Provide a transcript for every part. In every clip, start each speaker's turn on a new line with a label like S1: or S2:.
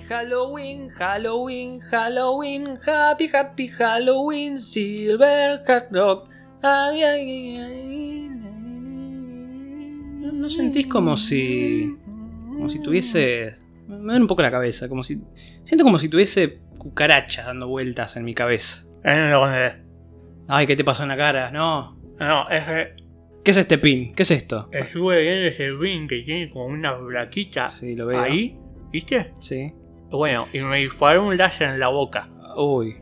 S1: Halloween, Halloween, Halloween, Happy, Happy Halloween, Silver Hot Rock. Ay, ay, ay, ay.
S2: ¿No sentís como si. como
S1: Mm.
S2: si
S3: Eh,
S2: tuviese. Me duele un poco la cabeza, como si. Siento como si tuviese cucarachas dando vueltas en mi cabeza.
S3: Eh, no, no,
S2: Ay, ¿qué te pasó en la cara? No.
S3: no, es que
S2: ¿Qué es este pin? ¿Qué es esto?
S3: el URL es el link que tiene como una plaquita
S2: Sí, lo veo.
S3: ahí, ¿viste?
S2: Sí.
S3: Bueno, y me disparó un láser en la boca.
S2: Uy.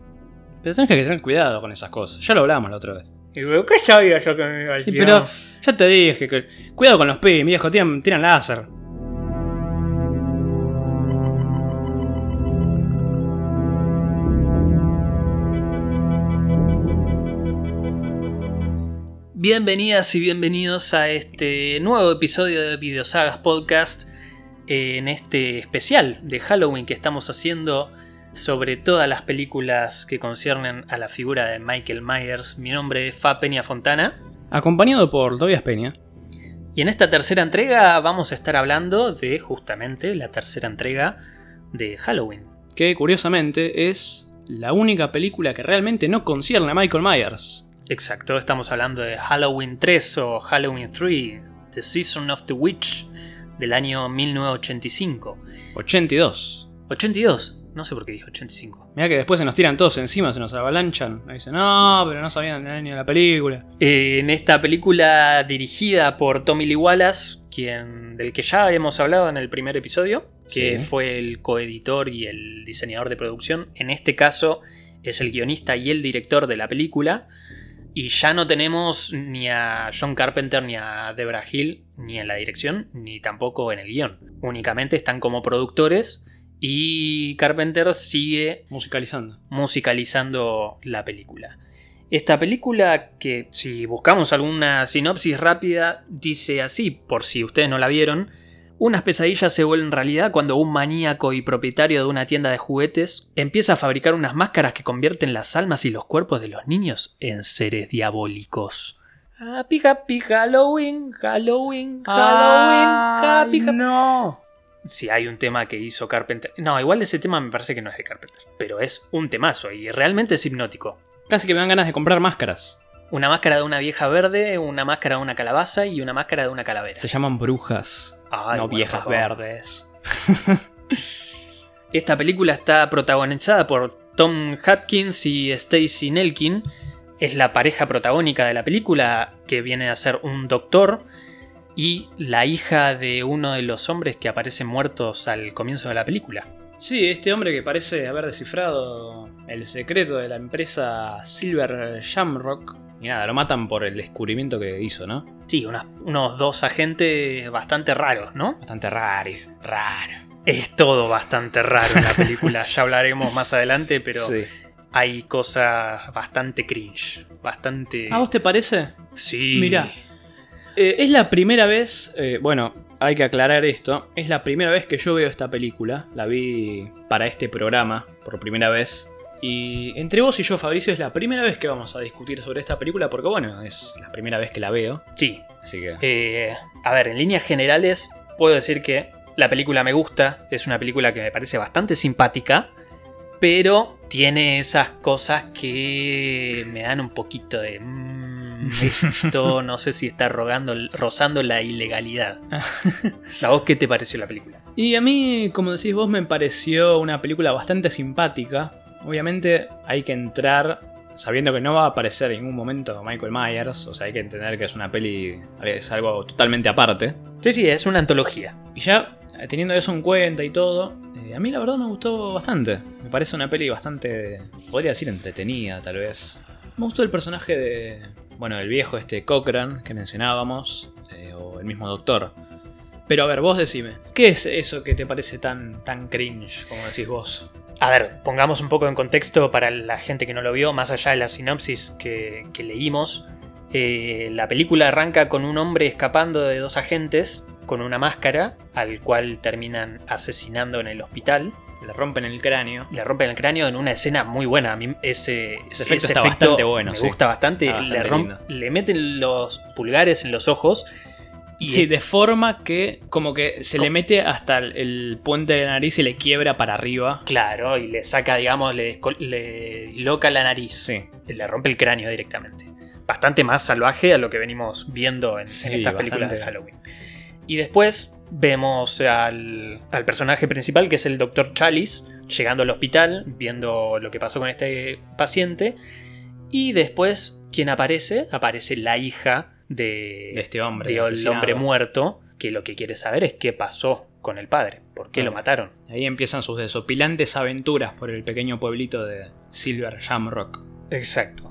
S2: Pero tenés que tener cuidado con esas cosas. Ya lo hablamos la otra vez.
S3: Y digo, ¿qué sabía yo que me iba a
S2: Y
S3: decir?
S2: pero ya te dije que. Cuidado con los pins, viejo. Tiran, tiran láser.
S1: Bienvenidas y bienvenidos a este nuevo episodio de Videosagas Podcast. eh, En este especial de Halloween que estamos haciendo sobre todas las películas que conciernen a la figura de Michael Myers. Mi nombre es Fa Peña Fontana.
S2: Acompañado por Tobias Peña.
S1: Y en esta tercera entrega vamos a estar hablando de justamente la tercera entrega de Halloween.
S2: que curiosamente es la única película que realmente no concierne a Michael Myers.
S1: Exacto, estamos hablando de Halloween 3 o Halloween 3, The Season of the Witch, del año 1985.
S2: 82.
S1: 82, no sé por qué dije 85.
S2: Mirá que después se nos tiran todos encima, se nos avalanchan. Ahí dicen, no, pero no sabían el año de la película.
S1: Eh, en esta película dirigida por Tommy Lee Wallace, quien, del que ya hemos hablado en el primer episodio, que
S2: Sí.
S1: fue el coeditor y el diseñador de producción, en este caso es el guionista y el director de la película. Y ya no tenemos ni a John Carpenter ni a Deborah Hill ni en la dirección ni tampoco en el guión. Únicamente están como productores y Carpenter sigue
S2: Musicalizando.
S1: musicalizando la película. Esta película que si buscamos alguna sinopsis rápida dice así, por si ustedes no la vieron, unas pesadillas se vuelven realidad cuando un maníaco y propietario de una tienda de juguetes empieza a fabricar unas máscaras que convierten las almas y los cuerpos de los niños en seres diabólicos. Happy Happy Halloween, Halloween, ah, Halloween, Happy Happy
S3: no.
S1: si hay un tema que hizo Carpenter. No, igual ese tema me parece que no es de Carpenter, pero es un temazo y realmente es hipnótico.
S2: Casi que me dan ganas de comprar máscaras.
S1: Una máscara de una vieja verde, una máscara de una calabaza y una máscara de una calavera.
S2: Se llaman brujas,
S1: Ay,
S2: no
S1: bueno,
S2: viejas
S1: papá.
S2: verdes.
S1: Esta película está protagonizada por Tom Hatkins y Stacy Nelkin. Es la pareja protagónica de la película, que viene a ser un doctor y la hija de uno de los hombres que aparecen muertos al comienzo de la película.
S2: Sí, este hombre que parece haber descifrado el secreto de la empresa Silver Shamrock. Y nada, lo matan por el descubrimiento que hizo, ¿no?
S1: Sí, unas- unos dos agentes bastante raros, ¿no?
S2: Bastante raro, raro.
S1: Es todo bastante raro en la película, ya hablaremos más adelante, pero
S2: Sí.
S1: hay cosas bastante cringe, bastante...
S2: ¿A Ah, vos te parece?
S1: Sí.
S2: Mirá. Eh, es la primera vez, eh, bueno, hay que aclarar esto, es la primera vez que yo veo esta película, la vi para este programa por primera vez. Y entre vos y yo, Fabricio, es la primera vez que vamos a discutir sobre esta película porque, bueno, es la primera vez que la veo.
S1: Sí.
S2: Así que...
S1: Eh, a ver, en líneas generales puedo decir que la película me gusta, es una película que me parece bastante simpática, pero tiene esas cosas que me dan un poquito de... mm, esto no sé si está rogando, rozando la ilegalidad. ¿A vos qué te pareció la película?
S2: Y a mí, como decís vos, me pareció una película bastante simpática. Obviamente hay que entrar sabiendo que no va a aparecer en ningún momento Michael Myers, o sea, hay que entender que es una peli, es algo totalmente aparte.
S1: Sí, sí, es una antología.
S2: Y ya eh, teniendo eso en cuenta y todo, eh, a mí la verdad me gustó bastante. Me parece una peli bastante, podría decir, entretenida tal vez. Me gustó el personaje de, bueno, el viejo este Cochran que mencionábamos, eh, o el mismo doctor. Pero a ver, vos decime, ¿qué es eso que te parece tan, tan cringe, como decís vos?
S1: A ver, pongamos un poco en contexto para la gente que no lo vio, más allá de la sinopsis que, que leímos. Eh, la película arranca con un hombre escapando de dos agentes con una máscara, al cual terminan asesinando en el hospital.
S2: Le rompen el cráneo.
S1: Le rompen el cráneo en una escena muy buena. A mí ese,
S2: Ese efecto está bastante bueno,
S1: Me
S2: sí.
S1: gusta bastante.
S2: Está bastante
S1: le, rom-
S2: lindo.
S1: le meten los pulgares en los ojos Y
S2: Sí,
S1: es-
S2: de forma que como que se le
S1: Co-
S2: mete hasta el, el puente de la nariz y le quiebra para arriba.
S1: claro, y le saca, digamos, le, descol- le loca la nariz.
S2: Sí.
S1: Le rompe el cráneo directamente. Bastante más salvaje a lo que venimos viendo en, en
S2: Sí,
S1: estas películas de
S2: bastante.
S1: Halloween. Y después vemos al, al personaje principal, que es el Dr. Chalice, llegando al hospital, viendo lo que pasó con este paciente. Y después, ¿quién aparece? Aparece la hija de,
S2: De este hombre.
S1: de el
S2: asesinado.
S1: hombre muerto, que lo que quiere saber es qué pasó con el padre, por qué
S2: Ah.
S1: lo mataron.
S2: Ahí empiezan sus desopilantes aventuras por el pequeño pueblito de Silver Shamrock.
S1: Exacto.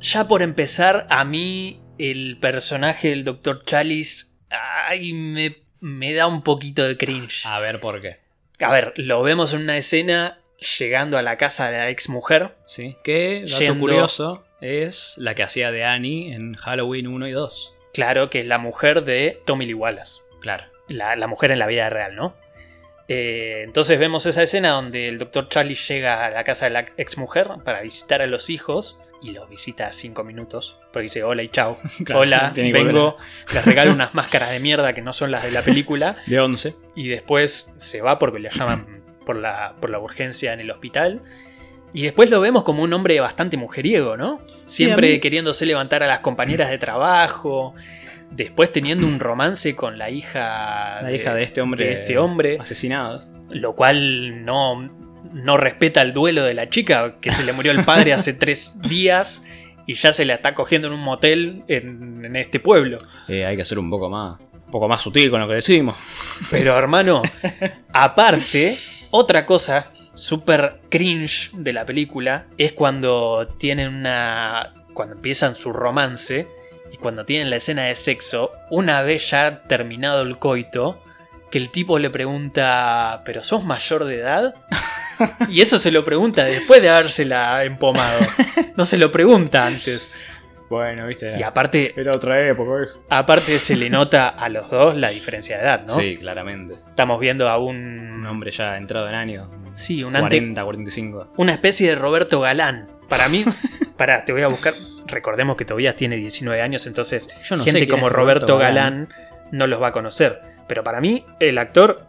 S1: Ya por empezar, a mí el personaje del Dr. Chalice ay, me, me da un poquito de cringe.
S2: A ver por qué.
S1: A ver, lo vemos en una escena llegando a la casa de la ex mujer.
S2: Sí. Que, dato
S1: Yendo-
S2: curioso, es la que hacía de Annie en Halloween 1 y 2.
S1: Claro que es la mujer de Tommy Lee Wallace.
S2: Claro.
S1: la, la mujer en la vida real, ¿no? Eh, entonces vemos esa escena donde el doctor Charlie llega a la casa de la exmujer para visitar a los hijos y los visita cinco minutos porque dice hola y chao,
S2: Claro,
S1: hola,
S2: tiene que
S1: vengo, les regalo unas máscaras de mierda que no son las de la película
S2: De 11.
S1: y después se va porque le llaman por la, por la urgencia en el hospital. Y después lo vemos como un hombre bastante mujeriego, ¿no? Siempre
S2: a mí-
S1: queriéndose levantar a las compañeras de trabajo. Después teniendo un romance con la hija.
S2: La hija de este hombre.
S1: de este hombre.
S2: Asesinado.
S1: Lo cual no, no respeta el duelo de la chica, que se le murió el padre hace tres días y ya se la está cogiendo en un motel en- en este pueblo.
S2: Eh, hay que ser un poco más. Un poco más sutil con lo que decimos.
S1: Pero hermano, aparte, otra cosa súper cringe de la película es cuando tienen una. cuando empiezan su romance y cuando tienen la escena de sexo, una vez ya terminado el coito, que el tipo le pregunta, ¿pero sos mayor de edad? Y eso se lo pregunta después de habérsela empomado. No se lo pregunta antes.
S2: Bueno, viste.
S1: Y aparte,
S2: Era otra época,
S1: aparte se le nota a los dos la diferencia de edad, ¿no?
S2: Sí, claramente.
S1: Estamos viendo a
S2: Un
S1: un
S2: hombre ya entrado en años.
S1: Sí, un ante-
S2: 40, 45.
S1: una especie de Roberto Galán. Para mí, pará, te voy a buscar. Recordemos que Tobias tiene 19 años, entonces
S2: Yo no sé
S1: gente
S2: quién
S1: como
S2: es
S1: Roberto,
S2: Roberto
S1: Galán. no los va a conocer. Pero para mí, el actor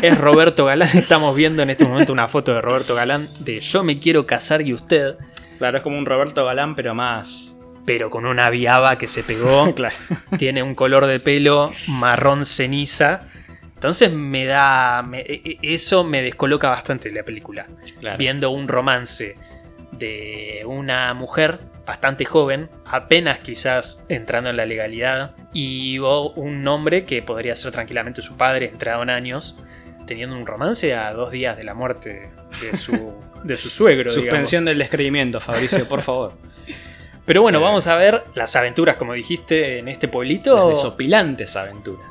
S1: es Roberto Galán. Estamos viendo en este momento una foto de Roberto Galán de Yo me quiero casar y usted,
S2: Claro, es como un Roberto Galán, pero más.
S1: pero con una viaba que se pegó.
S2: Claro.
S1: tiene un color de pelo marrón ceniza. Entonces me da. me- e- e- eso me descoloca bastante la película.
S2: claro.
S1: viendo un romance de una mujer bastante joven, apenas quizás entrando en la legalidad, y o un hombre que podría ser tranquilamente su padre, entrado en años, teniendo un romance a dos días de la muerte de su, de su suegro.
S2: Suspensión
S1: digamos.
S2: del descreimiento, Fabricio, por favor.
S1: Pero bueno,
S2: Eh.
S1: vamos a ver las aventuras, como dijiste, en este
S2: Las
S1: pueblito.
S2: desopilantes aventuras.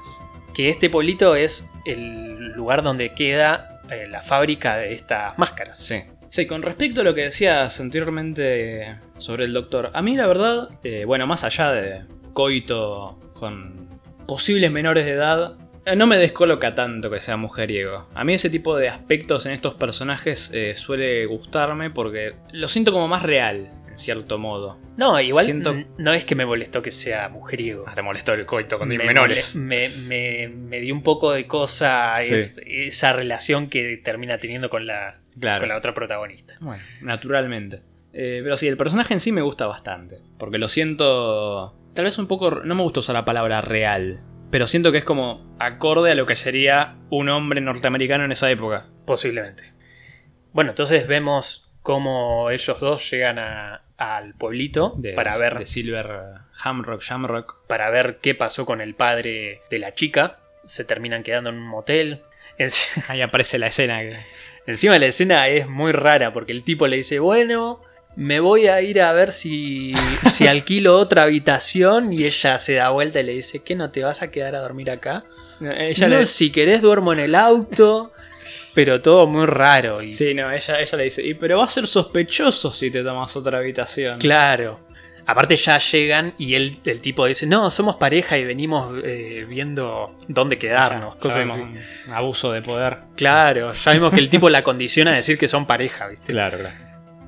S1: Que este pueblito es el lugar donde queda eh, la fábrica de estas máscaras.
S2: Sí. Sí, con respecto a lo que decías anteriormente sobre el doctor, a mí la verdad, eh, bueno, más allá de coito con posibles menores de edad, eh, no me descoloca tanto que sea mujeriego. A mí ese tipo de aspectos en estos personajes eh, suele gustarme porque lo siento como más real, en cierto modo.
S1: No, igual
S2: Siento-
S1: n- no es que me molestó que sea mujeriego.
S2: te molestó el coito
S1: me mole- Me, me- me dio un poco de cosa
S2: Sí.
S1: es- esa relación que termina teniendo con la,
S2: Claro.
S1: con la otra protagonista.
S2: Bueno, naturalmente. Eh, pero sí, el personaje en sí me gusta bastante. Porque lo siento. Tal vez un poco. No me gusta usar la palabra real. Pero siento que es como acorde a lo que sería un hombre norteamericano en esa época.
S1: Posiblemente. Bueno, entonces vemos cómo ellos dos llegan a- al pueblito
S2: De,
S1: para, ver,
S2: De Silver eh, Hamrock, Shamrock.
S1: para ver qué pasó con el padre de la chica. Se terminan quedando en un motel. Enci-
S2: Ahí aparece la escena. que-
S1: Encima la escena es muy rara porque el tipo le dice, bueno, me voy a ir a ver si, si alquilo otra habitación y ella se da vuelta y le dice, ¿qué no te vas a quedar a dormir acá?
S2: Ella
S1: no,
S2: le,
S1: si querés duermo en el auto, pero todo muy raro. Y,
S2: sí, no, ella, ella le dice. "Y, pero va a ser sospechoso si te tomas otra habitación.
S1: Claro. Aparte ya llegan y él, el tipo dice, no, somos pareja y venimos eh, viendo dónde quedarnos.
S2: Ya
S1: cosas
S2: sabemos,
S1: así.
S2: un Abuso de poder.
S1: Claro, ya vimos que el tipo la condiciona a decir que son pareja, ¿viste?
S2: Claro, claro.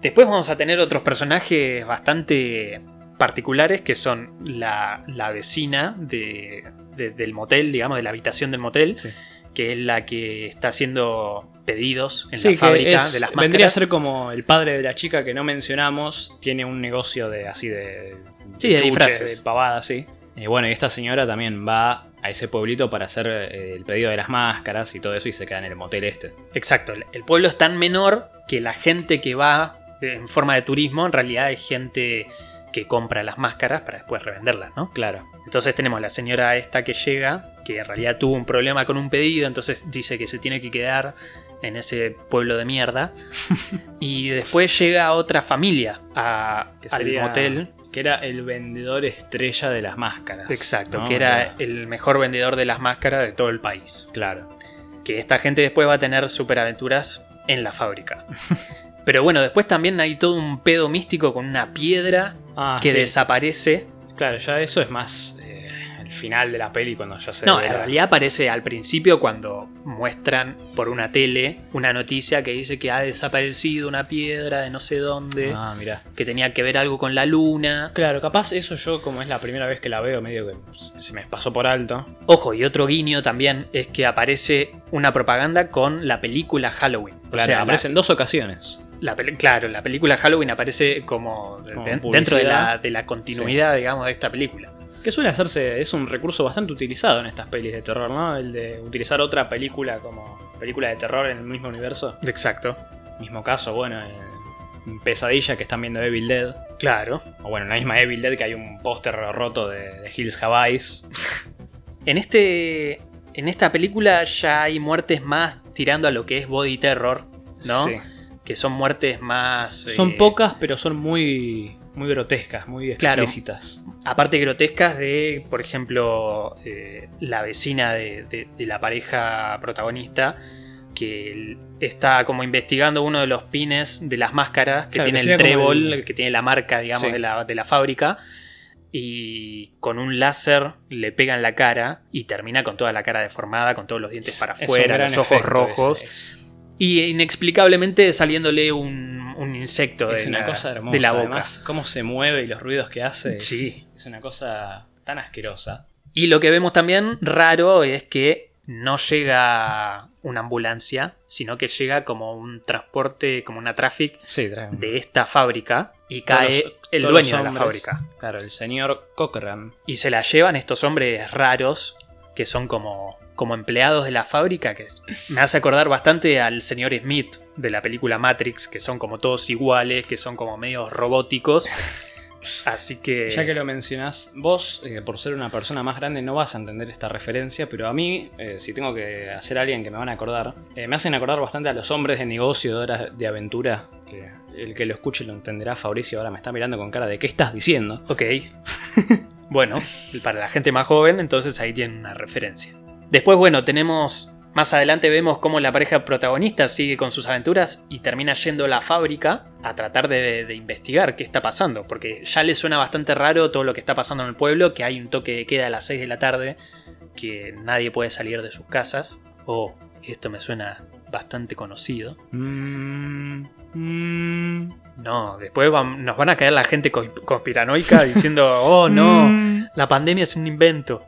S1: Después vamos a tener otros personajes bastante particulares que son la, la vecina de, de- del motel, digamos, de la habitación del motel,
S2: Sí.
S1: que es la que está haciendo pedidos en
S2: Sí,
S1: la
S2: que
S1: fábrica
S2: es-
S1: de las
S2: Vendría a
S1: máscaras.
S2: ser como el padre de la chica que no mencionamos, tiene un negocio de así de.
S1: Sí, de
S2: chuches,
S1: disfraces.
S2: De pavada, sí. Y bueno, y esta señora también va a ese pueblito para hacer eh, el pedido de las máscaras y todo eso y se queda en el motel este.
S1: Exacto, el- el pueblo es tan menor que la gente que va de- en forma de turismo en realidad es gente que compra las máscaras para después revenderlas, ¿no?
S2: Claro.
S1: Entonces tenemos la señora esta que llega, que en realidad tuvo un problema con un pedido, entonces dice que se tiene que quedar en ese pueblo de mierda. y después llega otra familia a,
S2: Que
S1: al
S2: sería-
S1: motel.
S2: Que era el vendedor estrella de las máscaras.
S1: Exacto,
S2: ¿no?
S1: que era el mejor vendedor de las máscaras de todo el país.
S2: Claro.
S1: Que esta gente después va a tener superaventuras en la fábrica. Pero bueno, después también hay todo un pedo místico con una piedra
S2: Ah,
S1: que
S2: sí.
S1: desaparece.
S2: Claro, ya eso es más eh, el final de la peli cuando ya se.
S1: No,
S2: ve
S1: en
S2: la-
S1: realidad aparece al principio cuando muestran por una tele una noticia que dice que ha desaparecido una piedra de no sé dónde,
S2: Ah, mirá.
S1: que tenía que ver algo con la luna.
S2: Claro, capaz eso yo, como es la primera vez que la veo, medio que se me pasó por alto.
S1: Ojo, y otro guiño también es que aparece una propaganda con la película Halloween. O
S2: Claro,
S1: sea, la-
S2: aparece en dos ocasiones.
S1: la pel- claro, la película Halloween aparece como de-
S2: Como
S1: de- dentro
S2: publicidad.
S1: de la, de la continuidad, digamos, de esta película.
S2: Que suele hacerse, es un recurso bastante utilizado en estas pelis de terror, ¿no? El de utilizar otra película como película de terror en el mismo universo.
S1: Exacto.
S2: Mismo caso, bueno, en Pesadilla que están viendo Evil Dead.
S1: Claro.
S2: O bueno, en la misma Evil Dead que hay un póster roto de, de Hills Have Eyes.
S1: En, este, en esta película ya hay muertes más tirando a lo que es body terror, ¿no?
S2: Sí.
S1: que son muertes más. eh,
S2: Son pocas, pero son muy, muy grotescas, muy
S1: Claro.
S2: explícitas.
S1: Aparte grotescas de, por ejemplo, eh, la vecina de, de- de la pareja protagonista que l- está como investigando uno de los pines de las máscaras que
S2: Claro,
S1: tiene
S2: que
S1: el
S2: sería como
S1: trébol,
S2: el-
S1: que tiene la marca, digamos,
S2: Sí.
S1: de, la, de la fábrica. Y con un láser le pega en la cara y termina con toda la cara deformada, con todos los dientes para
S2: Es un
S1: afuera,
S2: gran
S1: los ojos
S2: efecto
S1: rojos.
S2: ese, es-
S1: Y inexplicablemente saliéndole un, un insecto
S2: Es
S1: de,
S2: una
S1: la,
S2: cosa hermosa.
S1: de la boca.
S2: Además, cómo se mueve y los ruidos que hace. es-
S1: Sí.
S2: Es una cosa tan asquerosa.
S1: Y lo que vemos también raro es que no llega una ambulancia, sino que llega como un transporte, como una traffic
S2: Sí, trae un-
S1: de esta fábrica y cae
S2: Todos-
S1: el
S2: todos
S1: dueño
S2: los
S1: de la
S2: hombres.
S1: fábrica.
S2: Claro, el señor Cochran.
S1: Y se la llevan estos hombres raros que son como, como empleados de la fábrica, que me hace acordar bastante al señor Smith de la película Matrix, que son como todos iguales, que son como medios robóticos. Así que...
S2: Ya que lo mencionás, vos, eh, por ser una persona más grande, no vas a entender esta referencia, pero a mí, eh, si tengo que hacer a alguien que me van a acordar, eh, me hacen acordar bastante a los hombres de negocio, de horas de aventura. Que el que lo escuche lo entenderá. Fabricio ahora me está mirando con cara de ¿qué estás diciendo?
S1: Ok. bueno, para la gente más joven, entonces ahí tienen una referencia. Después, bueno, tenemos. Más adelante vemos cómo la pareja protagonista sigue con sus aventuras y termina yendo a la fábrica a tratar de, de investigar qué está pasando, porque ya le suena bastante raro todo lo que está pasando en el pueblo, que hay un toque de queda a las 6 de la tarde, que nadie puede salir de sus casas. Oh, esto me suena bastante conocido.
S2: Mmm. Mmm.
S1: No, después vam- nos van a caer la gente cons- conspiranoica diciendo, oh
S2: Mm.
S1: no, la pandemia es un invento.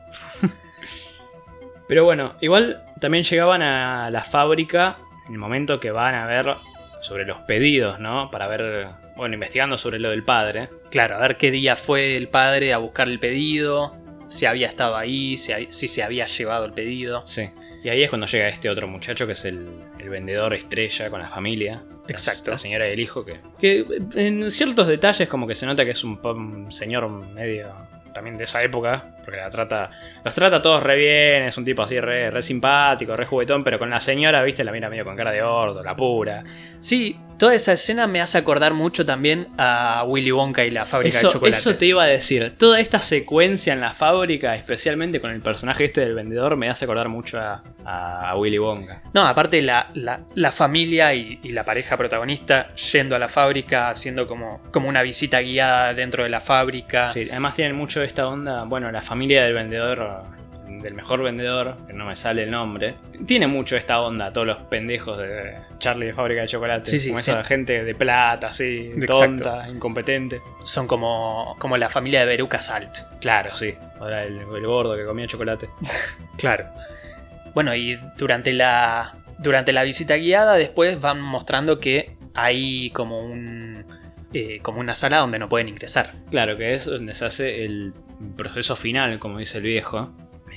S2: Pero bueno, igual también llegaban a la fábrica en el momento que van a ver sobre los pedidos, ¿no? Para ver, bueno, investigando sobre lo del padre.
S1: Claro, a ver qué día fue el padre a buscar el pedido, si había estado ahí, si, hab- si se había llevado el pedido.
S2: Sí. Y ahí es cuando llega este otro muchacho que es el, el vendedor estrella con la familia. La-
S1: Exacto.
S2: La, señora y el hijo que... Que en ciertos detalles como que se nota que es un, po- un señor medio también de esa época. Porque la trata... Los trata a todos re bien, es un tipo así re, re simpático, re juguetón. Pero con la señora, viste, la mira medio con cara de gordo, la pura.
S1: Sí, toda esa escena me hace acordar mucho también a Willy Wonka y la fábrica de
S2: Eso,
S1: chocolates.
S2: eso te iba a decir. Toda esta secuencia en la fábrica, especialmente con el personaje este del vendedor, me hace acordar mucho a, a Willy Wonka.
S1: No, aparte la, la- la familia y, y la pareja protagonista yendo a la fábrica, haciendo como, como una visita guiada dentro de la fábrica.
S2: Sí, además tienen mucho esta onda. Bueno, la familia del vendedor, del mejor vendedor, que no me sale el nombre, tiene mucho esta onda. Todos los pendejos de, Charlie de fábrica de chocolate.
S1: Sí, sí,
S2: como
S1: sí.
S2: esa gente de plata, así,
S1: Exacto.
S2: tonta, incompetente.
S1: Son como, como la familia de Veruca Salt.
S2: Claro, sí. Ahora el, el gordo que comía chocolate.
S1: Claro. Bueno, y durante la, durante la visita guiada después van mostrando que hay como un eh, como una sala donde no pueden ingresar.
S2: Claro, que es donde se hace el proceso final, como dice el viejo.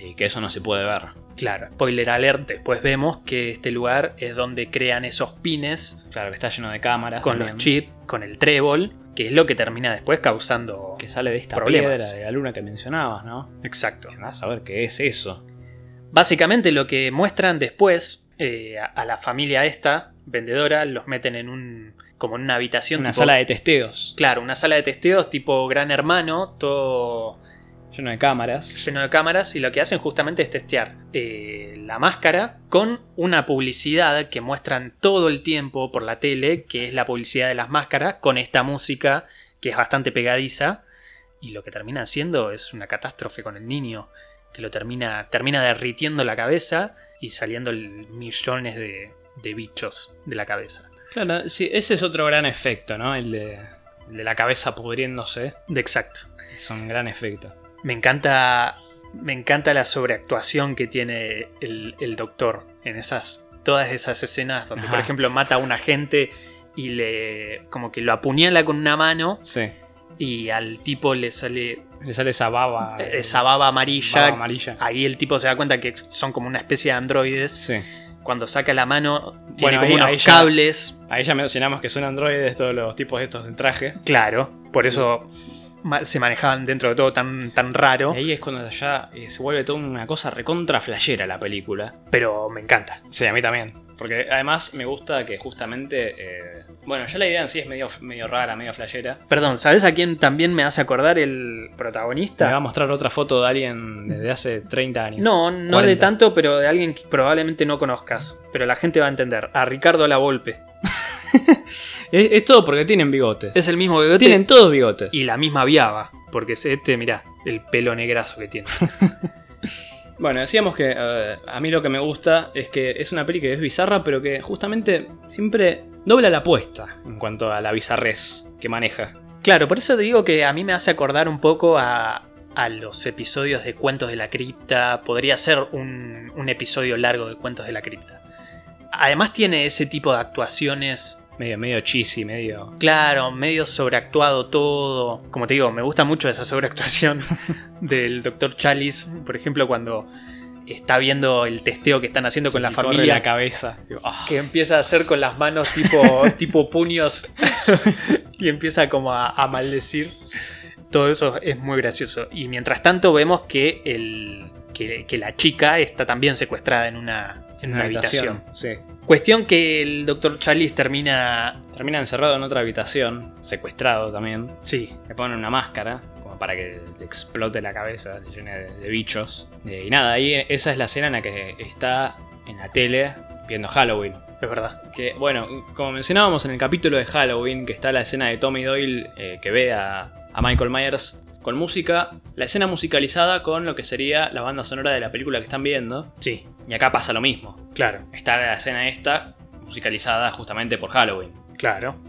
S2: Y que eso no se puede ver.
S1: Claro, spoiler alert, después vemos que este lugar es donde crean esos pines
S2: Claro, que está lleno de cámaras.
S1: con los
S2: también,
S1: chips, con el trébol, que es lo que termina después causando...
S2: Que sale de esta
S1: Problemas.
S2: piedra de la luna que mencionabas, ¿no?
S1: Exacto.
S2: Que andás a ver qué es eso.
S1: Básicamente lo que muestran después eh, a, a la familia esta, vendedora, los meten en un... como en una habitación...
S2: Una
S1: tipo-
S2: sala de testeos.
S1: Claro, una sala de testeos tipo Gran Hermano, todo
S2: Lleno de cámaras.
S1: lleno de cámaras, y lo que hacen justamente es testear eh, la máscara con una publicidad que muestran todo el tiempo por la tele, que es la publicidad de las máscaras, con esta música que es bastante pegadiza, y lo que termina haciendo es una catástrofe con el niño, que lo termina, termina derritiendo la cabeza y saliendo el- millones de, de bichos de la cabeza.
S2: Claro, sí, ese es otro gran efecto, ¿no? El de, el de la cabeza pudriéndose.
S1: De exacto.
S2: Es un gran efecto.
S1: Me encanta. Me encanta la sobreactuación que tiene el, el doctor en esas. Todas esas escenas donde, por
S2: Ajá.
S1: ejemplo, mata a un agente y le. como que lo apuñala con una mano
S2: Sí.
S1: y al tipo le sale.
S2: Le sale esa baba.
S1: Eh, esa baba amarilla. Ah,
S2: baba amarilla.
S1: Ahí el tipo se da cuenta que son como una especie de androides.
S2: Sí.
S1: Cuando saca la mano, tiene
S2: Bueno,
S1: como
S2: ahí-
S1: unos
S2: ahí ya-
S1: cables.
S2: Ahí ya mencionamos que son androides todos los tipos de estos de traje.
S1: Claro, por eso ma- se manejaban dentro de todo tan, tan raro.
S2: Ahí es cuando ya eh, se vuelve toda una cosa recontra flashera la película.
S1: Pero me encanta.
S2: Sí, a mí también. Porque además me gusta que justamente. eh, bueno, ya la idea en sí es medio, medio rara, medio flashera.
S1: Perdón, ¿sabes a quién también me hace acordar el protagonista?
S2: Me va a mostrar otra foto de alguien desde hace 30 años.
S1: No, no
S2: 40.
S1: de tanto, pero de alguien que probablemente no conozcas. Pero la gente va a entender. A Ricardo Lavolpe.
S2: Es, es todo porque tienen bigotes.
S1: Es el mismo bigote
S2: tienen todos bigotes.
S1: y la misma viaba. Porque es este, mirá, el pelo negrazo que tiene.
S2: Bueno, decíamos que eh, a mí lo que me gusta es que es una peli que es bizarra, pero que justamente siempre dobla la apuesta en cuanto a la bizarrez que maneja.
S1: claro, por eso te digo que a mí me hace acordar un poco a, a los episodios de Cuentos de la Cripta. Podría ser un, un episodio largo de Cuentos de la Cripta. Además tiene ese tipo de actuaciones
S2: Medio, medio cheesy, medio.
S1: Claro, medio sobreactuado todo. Como te digo, me gusta mucho esa sobreactuación del Dr. Chalice, por ejemplo, cuando está viendo el testeo que están haciendo con la
S2: me corre
S1: familia.
S2: la cabeza. Digo, "Ah".
S1: que empieza a hacer con las manos tipo, tipo puños y empieza como a, a maldecir. Todo eso es muy gracioso. Y mientras tanto vemos que, el, que, que la chica está también secuestrada en una, en una habitación.
S2: Sí.
S1: Cuestión que el Dr. Chalice termina...
S2: Termina encerrado en otra habitación, secuestrado también.
S1: Sí,
S2: Le ponen una máscara, como para que le explote la cabeza, le llene de, de bichos. Eh, y nada, ahí esa es la escena en la que está en la tele viendo Halloween.
S1: es verdad.
S2: Que, bueno, como mencionábamos en el capítulo de Halloween, que está la escena de Tommy Doyle eh, que ve a, a Michael Myers con música, la escena musicalizada con lo que sería la banda sonora de la película que están viendo.
S1: Sí,
S2: Y acá pasa lo mismo.
S1: claro,
S2: Está la escena esta musicalizada justamente por Halloween.
S1: claro.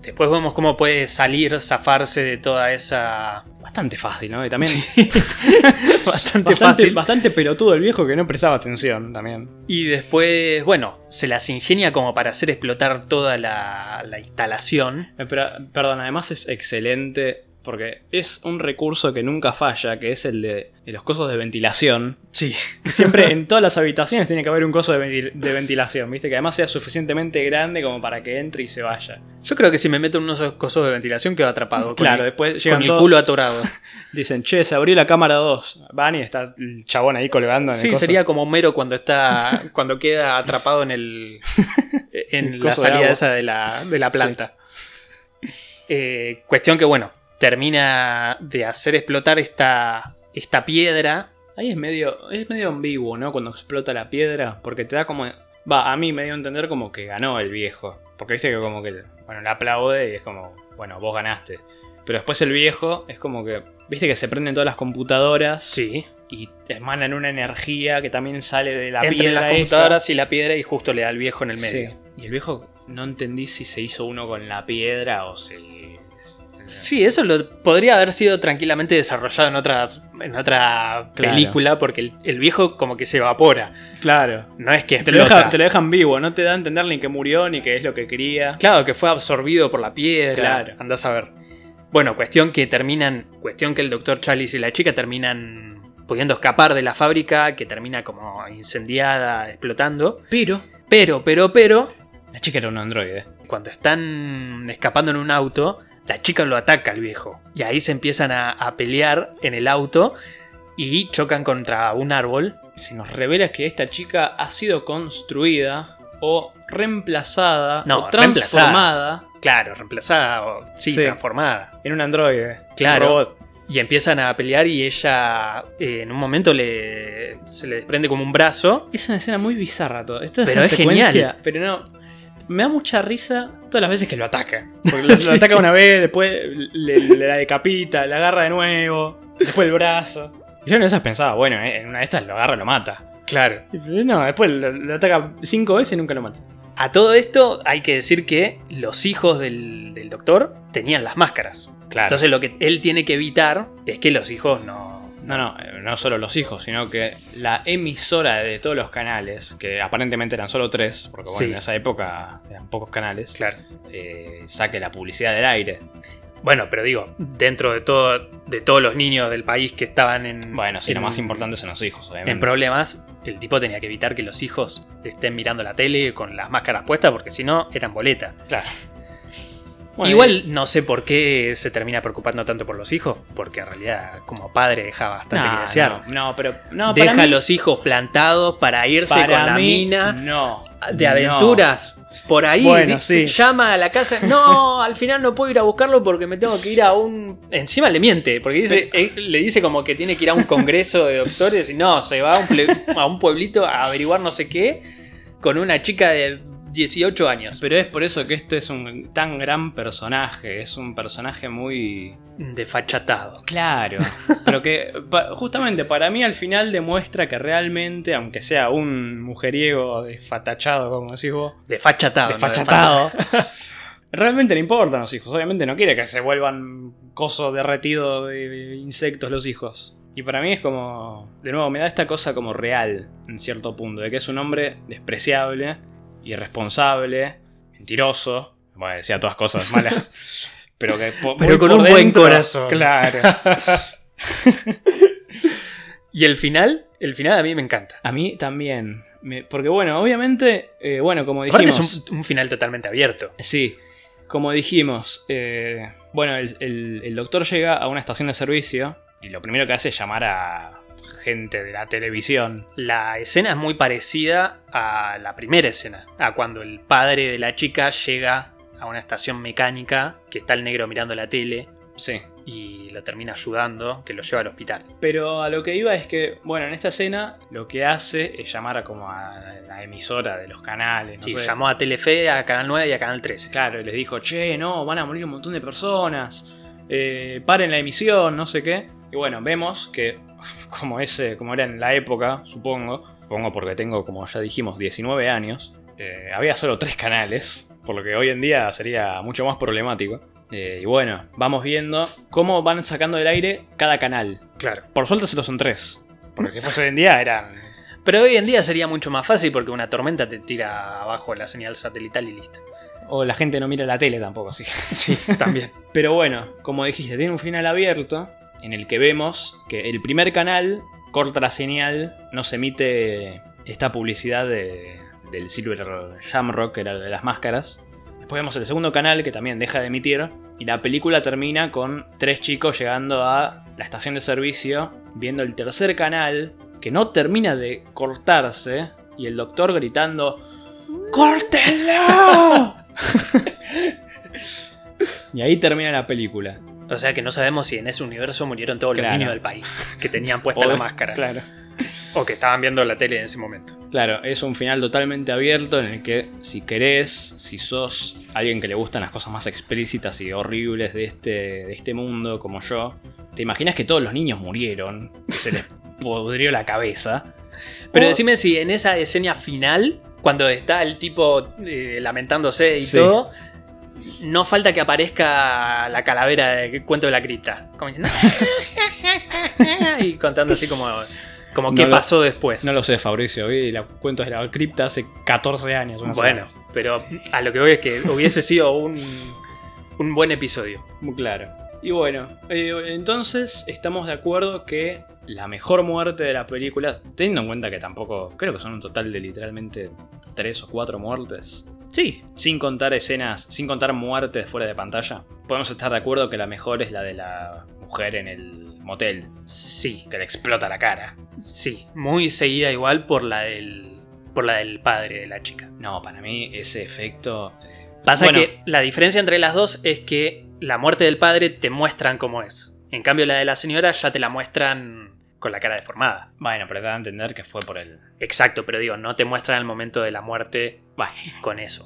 S1: Después vemos cómo puede salir, zafarse de toda esa...
S2: Bastante fácil, ¿no? Y también
S1: Bastante,
S2: bastante,
S1: fácil.
S2: bastante pelotudo el viejo que no prestaba atención también.
S1: Y después, bueno, se las ingenia como para hacer explotar toda la, la instalación.
S2: Eh, Pero, perdón, además es excelente porque es un recurso que nunca falla, que es el de, de los cosos de ventilación.
S1: Sí,
S2: Siempre en todas las habitaciones tiene que haber un coso de, ventil- de ventilación, ¿viste? Que además sea suficientemente grande como para que entre y se vaya.
S1: yo creo que si me meto en unos cosos de ventilación quedo atrapado. con
S2: claro,
S1: el-
S2: después
S1: con
S2: llegan
S1: el
S2: todos,
S1: culo atorado.
S2: dicen, che, se abrió la cámara 2. Van y está el chabón ahí colgando en el
S1: Sí,
S2: coso.
S1: sería como Homero cuando está cuando queda atrapado en el eh, en
S2: El
S1: la
S2: coso de
S1: salida
S2: agua.
S1: esa de la, de la planta. Eh, cuestión que bueno, termina de hacer explotar esta esta piedra.
S2: Ahí es medio, es medio ambiguo, ¿no? Cuando explota la piedra, porque te da como... Va, a mí me dio a entender como que ganó el viejo. Porque viste que como que, bueno, le aplaude y es como, bueno, vos ganaste. Pero después el viejo es como que, viste que se prenden todas las computadoras.
S1: Sí.
S2: Y emanan una energía que también sale de la
S1: entre
S2: piedra
S1: las
S2: esa.
S1: computadoras y la piedra y justo le da al viejo en el medio.
S2: Sí. Y el viejo, no entendí si se hizo uno con la piedra o si... se-
S1: Sí, eso lo podría haber sido tranquilamente desarrollado en otra, en otra
S2: Claro.
S1: película, porque el, el viejo como que se evapora.
S2: Claro.
S1: No es que
S2: Te lo, deja,
S1: explota.
S2: te lo dejan vivo, no te da a entender ni que murió ni que es lo que quería.
S1: Claro, que fue absorbido por la piedra.
S2: Claro.
S1: Andás a ver. Bueno, cuestión que terminan. Cuestión que el doctor Chalice y la chica terminan pudiendo escapar de la fábrica, que termina como incendiada, explotando.
S2: Pero
S1: Pero, pero, pero,
S2: la chica era un androide.
S1: cuando están escapando en un auto, la chica lo ataca al viejo. Y ahí se empiezan a, a pelear en el auto y chocan contra un árbol.
S2: Se nos revela que esta chica ha sido construida o reemplazada
S1: No,
S2: o transformada
S1: Claro, reemplazada o sí,
S2: Sí.
S1: transformada.
S2: en un androide.
S1: Claro.
S2: Un robot.
S1: Y empiezan a pelear y ella eh, en un momento le, se le desprende como un brazo.
S2: Es una escena muy bizarra todo. Esta
S1: Pero
S2: una
S1: es
S2: secuencia,
S1: genial.
S2: Pero no. Me da mucha risa todas las veces que lo ataca. Porque lo, lo
S1: Sí.
S2: ataca una vez, después le, le la decapita, la agarra de nuevo, después el brazo. Y yo en esas pensaba, bueno, eh, en una de estas lo agarra y lo mata.
S1: Claro.
S2: Y pero No, después lo, lo ataca cinco veces y nunca lo mata.
S1: A todo esto hay que decir que los hijos del, del doctor tenían las máscaras.
S2: Claro.
S1: Entonces lo que él tiene que evitar es que los hijos no...
S2: No, no, eh, no solo los hijos, sino que la emisora de todos los canales, que aparentemente eran solo tres, porque bueno,
S1: Sí.
S2: en esa época eran pocos canales,
S1: Claro.
S2: eh, saque la publicidad del aire.
S1: Bueno, pero digo, dentro de todo, de todos los niños del país que estaban en,
S2: Bueno, sí, lo
S1: en-
S2: más importante son los hijos, obviamente.
S1: en problemas, el tipo tenía que evitar que los hijos estén mirando la tele con las máscaras puestas, porque si no, eran boleta.
S2: Claro.
S1: Igual no sé por qué se termina preocupando tanto por los hijos, porque en realidad como padre deja bastante que desear.
S2: no, no, pero no, para
S1: deja a
S2: mí-
S1: los hijos plantados para irse
S2: para
S1: con la
S2: mí,
S1: mina
S2: no,
S1: de
S2: no.
S1: aventuras. Por ahí
S2: Bueno,
S1: di-
S2: sí.
S1: llama a la casa. No, al final no puedo ir a buscarlo porque me tengo que ir a un. Encima le miente, porque dice, eh, le dice como que tiene que ir a un congreso de doctores y no, se va a un, ple- a un pueblito a averiguar no sé qué con una chica de 18 años.
S2: Pero es por eso que este es un tan gran personaje, es un personaje muy
S1: Desfachatado.
S2: Claro, pero que pa- justamente para mí al final demuestra que realmente, aunque sea un mujeriego desfatachado, como decís vos,
S1: Desfachatado. Ah, no
S2: desfachatado, realmente le importan los hijos. Obviamente no quiere que se vuelvan coso derretido de insectos los hijos. Y para mí es como, de nuevo, me da esta cosa como real, en cierto punto, de que es un hombre despreciable, irresponsable, mentiroso, bueno, decía todas cosas malas. Pero, que po-
S1: Pero
S2: muy
S1: con
S2: por
S1: un buen
S2: dentro,
S1: corazón.
S2: Claro.
S1: Y el final, el final a mí me encanta.
S2: A mí también. Me- porque bueno, obviamente, eh, bueno, como
S1: Aparte
S2: dijimos...
S1: es un, un final totalmente abierto.
S2: Sí, como dijimos, eh, bueno, el, el- el doctor llega a una estación de servicio y lo primero que hace es llamar a gente de la televisión.
S1: La escena es muy parecida a la primera escena, a cuando el padre de la chica llega a una estación mecánica que está el negro mirando la tele
S2: Sí.
S1: y lo termina ayudando, que lo lleva al hospital.
S2: Pero a lo que iba es que, bueno, en esta escena lo que hace es llamar a como a la emisora de los canales. No
S1: Sí,
S2: sé.
S1: llamó a Telefe, a Canal 9 y a Canal 13.
S2: Claro, y les dijo, che, no, van a morir un montón de personas, eh, paren la emisión, no sé qué. Y bueno, vemos que, como, ese, como era en la época, supongo, supongo porque tengo, como ya dijimos, 19 años, eh, había solo tres canales, por lo que hoy en día sería mucho más problemático. Eh, y bueno, vamos viendo cómo van sacando del aire cada canal.
S1: Claro.
S2: Por suerte solo son tres, porque si fuese hoy en día eran
S1: Pero hoy en día sería mucho más fácil porque una tormenta te tira abajo la señal satelital y listo.
S2: O la gente no mira la tele tampoco, sí.
S1: Sí, también.
S2: Pero bueno, como dijiste, tiene un final abierto en el que vemos que el primer canal corta la señal, nos emite esta publicidad de- del Silver Shamrock, que era lo de las máscaras. Después vemos el segundo canal que también deja de emitir y la película termina con tres chicos llegando a la estación de servicio, viendo el tercer canal que no termina de cortarse y el doctor gritando ¡Córtenlo! y ahí termina la película.
S1: O sea que no sabemos si en ese universo murieron todos
S2: Claro.
S1: los niños del país que tenían puesta
S2: O-
S1: la máscara
S2: Claro.
S1: o que estaban viendo la tele en ese momento.
S2: Claro, es un final totalmente abierto en el que si querés, si sos alguien que le gustan las cosas más explícitas y horribles de este, de este mundo como yo, te imaginas que todos los niños murieron, se les pudrió la cabeza
S1: Pero
S2: O-
S1: decime si en esa escena final, cuando está el tipo eh, lamentándose y
S2: Sí.
S1: todo, no falta que aparezca la calavera del cuento de la cripta. Como diciendo. "Ah", y contando así como, como
S2: No
S1: qué
S2: lo-
S1: pasó después.
S2: No lo sé, Fabricio. Vi la cuentos de la cripta hace 14 años. una
S1: bueno, pero a lo que voy es que hubiese sido un, un buen episodio.
S2: Muy claro. Y bueno, eh, entonces estamos de acuerdo que la mejor muerte de la película, teniendo en cuenta que tampoco creo que son un total de literalmente tres o cuatro muertes,
S1: Sí.
S2: sin contar escenas, sin contar muertes fuera de pantalla, podemos estar de acuerdo que la mejor es la de la mujer en el motel,
S1: Sí,
S2: que le explota la cara.
S1: sí. Muy seguida igual por la del, por la del padre de la chica.
S2: No, para mí ese efecto... eh,
S1: Pasa
S2: bueno,
S1: que la diferencia entre las dos es que la muerte del padre te muestran cómo es. En cambio, la de la señora ya te la muestran con la cara deformada.
S2: Bueno, pero da a entender que fue por el...
S1: Exacto, pero digo, no te muestran el momento de la muerte
S2: Bueno,
S1: con eso.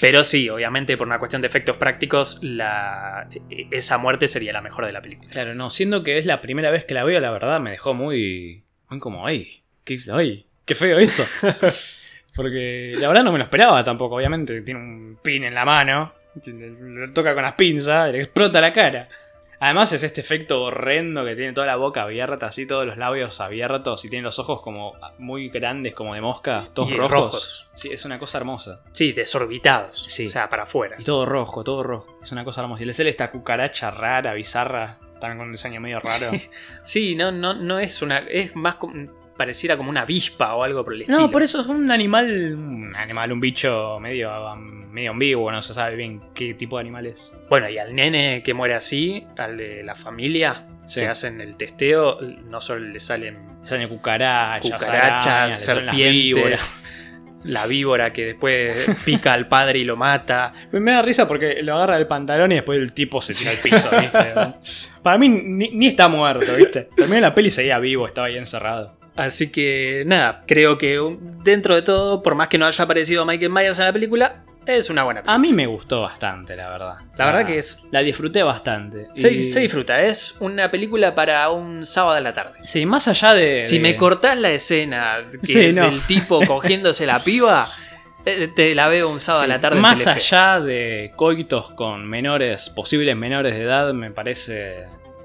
S1: Pero sí, obviamente, por una cuestión de efectos prácticos, la... e- esa muerte sería la mejor de la película.
S2: Claro, no, siendo que es la primera vez que la veo, la verdad me dejó muy. muy como, ay, qué, ay, qué feo esto. Porque la verdad no me lo esperaba tampoco, obviamente. Tiene un pin en la mano, le- le toca con las pinzas, le explota la cara. Además es este efecto horrendo que tiene toda la boca abierta, así todos los labios abiertos y tiene los ojos como ah, muy grandes, como de mosca, todos
S1: Y
S2: rojos.
S1: rojos.
S2: Sí, es una cosa hermosa.
S1: Sí, desorbitados.
S2: Sí.
S1: O sea, para afuera.
S2: Y todo rojo, todo rojo. Es una cosa hermosa. Y le sale esta cucaracha rara, bizarra, también con un diseño medio raro.
S1: Sí, no, no, no es una. Es más. como- pareciera como una avispa o algo por el estilo.
S2: No, por eso es un animal, un animal, un bicho medio, um, medio ambiguo, no se sabe bien qué tipo de animal es.
S1: Bueno, y al nene que muere así, al de la familia,
S2: Sí.
S1: que hacen el testeo, no solo le salen
S2: Salen cucarachas,
S1: cucarachas, serpientes, la víbora que después pica al padre y lo mata.
S2: Me da risa porque lo agarra del pantalón y después el tipo se tira al piso, ¿viste? Para mí ni, ni está muerto, ¿viste? Terminó la peli y seguía vivo, estaba ahí encerrado.
S1: Así que nada, creo que un- dentro de todo, por más que no haya aparecido Michael Myers en la película, es una buena película.
S2: A mí me gustó bastante, la verdad.
S1: La verdad que es-
S2: La disfruté bastante.
S1: Se,
S2: Ah. Y-
S1: se disfruta, es una película para un sábado a la tarde.
S2: Sí, más allá de...
S1: Si
S2: de-
S1: me cortás la escena que-
S2: Eh, Sí, no.
S1: del tipo cogiéndose la piba, eh, te la veo un sábado
S2: Sí,
S1: a la tarde. en
S2: Más
S1: Telefe.
S2: allá de coitos con menores, posibles menores de edad, me parece.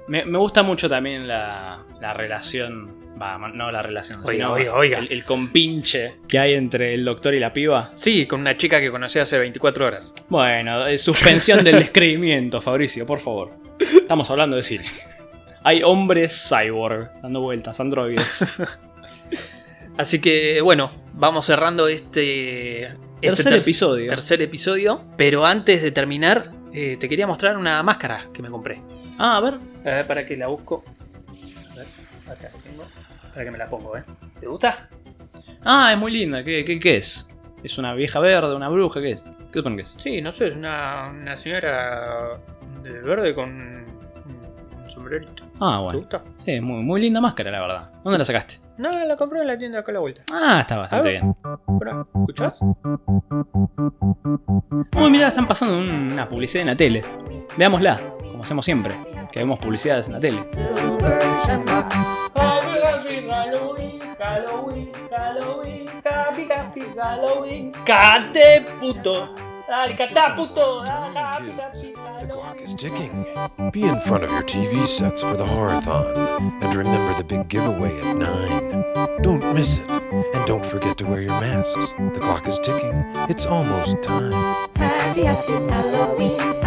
S2: Me, me gusta mucho también la, la relación. Va, no la relación,
S1: Oiga,
S2: sino
S1: oiga, oiga.
S2: El, el compinche que hay entre el doctor y la piba.
S1: Sí, con una chica que conocí hace 24 horas.
S2: Bueno, eh, suspensión del descreimiento, Fabricio, por favor. Estamos hablando de cine. Hay hombres cyborg dando vueltas, androides.
S1: Así que, bueno, vamos cerrando este. este
S2: Tercer
S1: ter-
S2: episodio.
S1: Tercer episodio. Pero antes de terminar, eh, te quería mostrar una máscara que me compré.
S2: ah, a ver.
S1: A ver, para que la busco. A ver, acá la tengo. Para que me la pongo, ¿eh? ¿Te gusta?
S2: Ah, es muy linda. ¿Qué, qué, qué es? ¿Es una vieja verde, una bruja? ¿Qué es? ¿Qué suponen que es?
S3: Sí, no sé, es una, una señora de verde con un un sombrerito.
S2: Ah,
S3: ¿Te
S2: bueno.
S3: gusta?
S2: Sí, muy, muy linda máscara, la verdad. ¿Dónde la sacaste?
S3: No, la compré en la tienda acá a la vuelta.
S2: Ah, está bastante
S3: Ah.
S2: bien.
S3: Pará, ¿Escuchás?
S2: Uy, mirá, están pasando un- una publicidad en la tele. Veámosla, como hacemos siempre, que vemos publicidades en la tele.
S4: Happy, happy Halloween, Halloween, Halloween, happy, happy Halloween. Cante puto, alicata puto, happy, happy
S5: The clock
S4: Halloween.
S5: is ticking. Be in front of your TV sets for the horathon. And remember the big giveaway at 9. Don't miss it. And don't forget to wear your masks. The clock is ticking. It's almost time.
S6: Happy, happy Halloween,